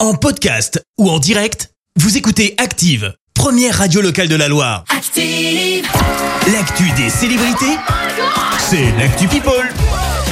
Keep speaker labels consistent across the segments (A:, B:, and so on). A: En podcast ou en direct, vous écoutez Active, première radio locale de la Loire.
B: Active,
A: L'actu des célébrités, c'est l'actu People.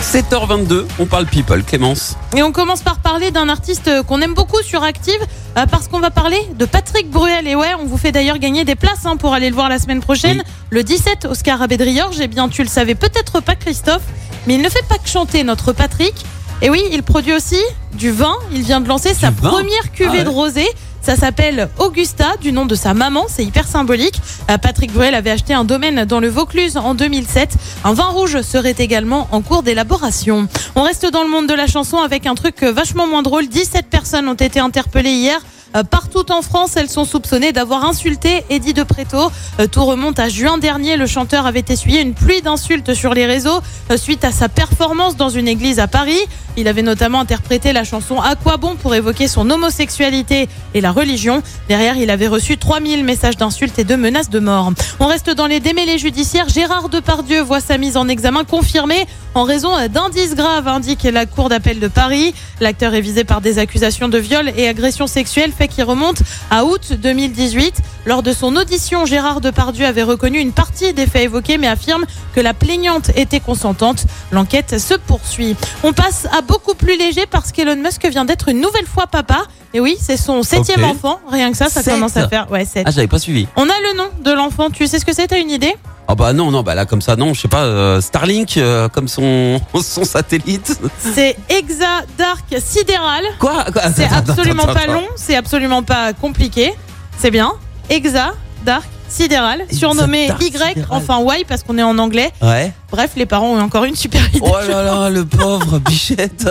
C: 7h22, on parle people, Clémence.
D: Et on commence par parler d'un artiste qu'on aime beaucoup sur Active, euh, parce qu'on va parler de Patrick Bruel. Et ouais, on vous fait d'ailleurs gagner des places hein, pour aller le voir la semaine prochaine.
C: Oui.
D: Le 17, Oscar Abedrior, j'ai Eh bien, tu le savais peut-être pas, Christophe, mais il ne fait pas que chanter, notre Patrick. Et oui, il produit aussi du vin. Il vient de lancer sa
C: vin
D: première cuvée
C: Ah ouais.
D: de rosé. Ça s'appelle Augusta, du nom de sa maman, c'est hyper symbolique. Euh, Patrick Bruel avait acheté un domaine dans le Vaucluse en 2007. Un vin rouge serait également en cours d'élaboration. On reste dans le monde de la chanson avec un truc euh, vachement moins drôle. 17 personnes ont été interpellées hier. Euh, Partout en France, elles sont soupçonnées d'avoir insulté Eddie de Preto. Euh, Tout remonte à juin dernier. Le chanteur avait essuyé une pluie d'insultes sur les réseaux euh, suite à sa performance dans une église à Paris. Il avait notamment interprété la chanson À quoi bon pour évoquer son homosexualité et la religion. Derrière, il avait reçu 3000 messages d'insultes et de menaces de mort. On reste dans les démêlés judiciaires. Gérard Depardieu voit sa mise en examen confirmée en raison d'indices graves, indique la Cour d'appel de Paris. L'acteur est visé par des accusations de viol et agression sexuelle, fait qui remonte à août 2018. Lors de son audition, Gérard Depardieu avait reconnu une partie des faits évoqués, mais affirme que la plaignante était consentante. L'enquête se poursuit. On passe à beaucoup plus léger parce qu'Elon Musk vient d'être une nouvelle fois papa. Et oui, c'est son septième
C: Ok.
D: enfant. Rien que ça, ça
C: Sept.
D: commence à faire. Ouais, sept.
C: Ah, j'avais pas suivi.
D: On a le nom de l'enfant. Tu sais ce que c'est T'as une idée
C: Ah bah non, non, bah là comme ça, non, je sais pas, euh, Starlink, euh, comme son, son satellite.
D: C'est Exa Dark Sidéral.
C: Quoi, Quoi
D: C'est
C: Attends, attends,
D: absolument
C: attends,
D: pas
C: attends.
D: long, c'est absolument pas compliqué. C'est bien. Exa, Dark, Sidéral,
C: Exa,
D: surnommé
C: Dark,
D: Y,
C: Sidéral.
D: enfin Y parce qu'on est en anglais.
C: Ouais.
D: Bref, les parents ont encore une super idée.
C: Oh là là, le pauvre bichette.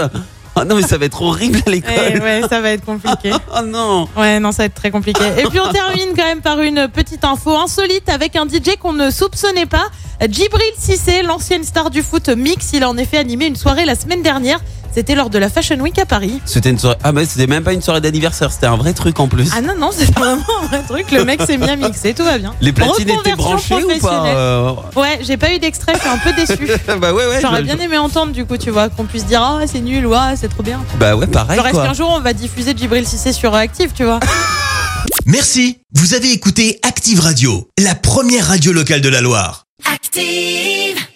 C: Ah non, mais ça va être horrible à
D: Eh
C: l'école.
D: ouais, ça va être compliqué.
C: Oh non.
D: Ouais, non, ça va être très compliqué. Et puis on termine quand même par une petite info insolite avec un DJ qu'on ne soupçonnait pas. Djibril Cissé, l'ancienne star du foot mix, il a en effet animé une soirée la semaine dernière. C'était lors de la Fashion Week à Paris.
C: C'était une soirée. Ah bah c'était même pas une soirée d'anniversaire, c'était un vrai truc en plus.
D: Ah non, non, c'est vraiment un vrai truc. Le mec s'est bien mixé, tout va bien.
C: Les platines étaient
D: Reconversion
C: branchées ou pas
D: professionnelle.
C: euh,
D: Ouais, j'ai pas eu d'extrait, je suis un peu déçue.
C: Bah ouais, ouais.
D: J'aurais
C: je-
D: bien aimé entendre du coup, tu vois, qu'on puisse dire ah c'est nul ou ah c'est trop bien.
C: Bah ouais, pareil
D: Genre est-ce
C: quoi.
D: qu'un jour on va diffuser Djibril Cissé sur Active, tu vois
A: Merci, vous avez écouté Active Radio, la première radio locale de la Loire.
B: active.